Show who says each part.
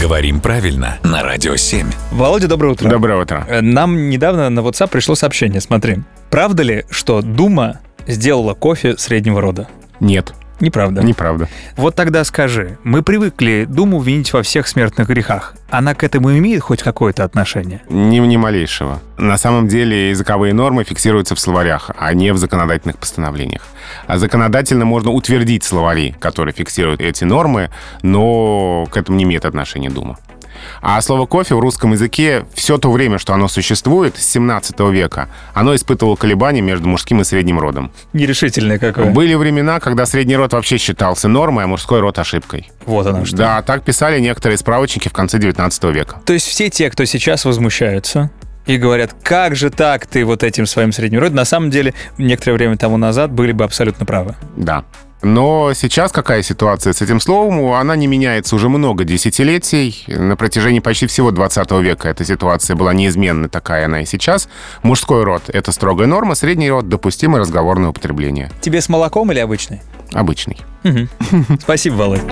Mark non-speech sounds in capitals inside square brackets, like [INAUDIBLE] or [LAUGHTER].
Speaker 1: Говорим правильно на Радио 7.
Speaker 2: Володя, доброе утро.
Speaker 3: Доброе утро.
Speaker 2: Э, Нам недавно на WhatsApp пришло сообщение, смотри. Правда ли, что Дума сделала кофе среднего рода?
Speaker 3: Нет,
Speaker 2: Неправда.
Speaker 3: неправда.
Speaker 2: Вот тогда скажи, мы привыкли Думу винить во всех смертных грехах. Она к этому имеет хоть какое-то отношение?
Speaker 3: Ни, ни малейшего. На самом деле языковые нормы фиксируются в словарях, а не в законодательных постановлениях. А законодательно можно утвердить словари, которые фиксируют эти нормы, но к этому не имеет отношения Дума. А слово «кофе» в русском языке все то время, что оно существует, с 17 века, оно испытывало колебания между мужским и средним родом.
Speaker 2: Нерешительное какое.
Speaker 3: Были времена, когда средний род вообще считался нормой, а мужской род ошибкой.
Speaker 2: Вот она что.
Speaker 3: Да, так писали некоторые справочники в конце 19 века.
Speaker 2: То есть все те, кто сейчас возмущаются и говорят, как же так ты вот этим своим средним родом, на самом деле некоторое время тому назад были бы абсолютно правы.
Speaker 3: Да. Но сейчас какая ситуация с этим словом? Она не меняется уже много десятилетий. На протяжении почти всего 20 века эта ситуация была неизменна, такая она и сейчас. Мужской род — это строгая норма, средний род — допустимое разговорное употребление. [LAUGHS]
Speaker 2: Тебе с молоком или обычный?
Speaker 3: Обычный.
Speaker 2: Спасибо, Володь.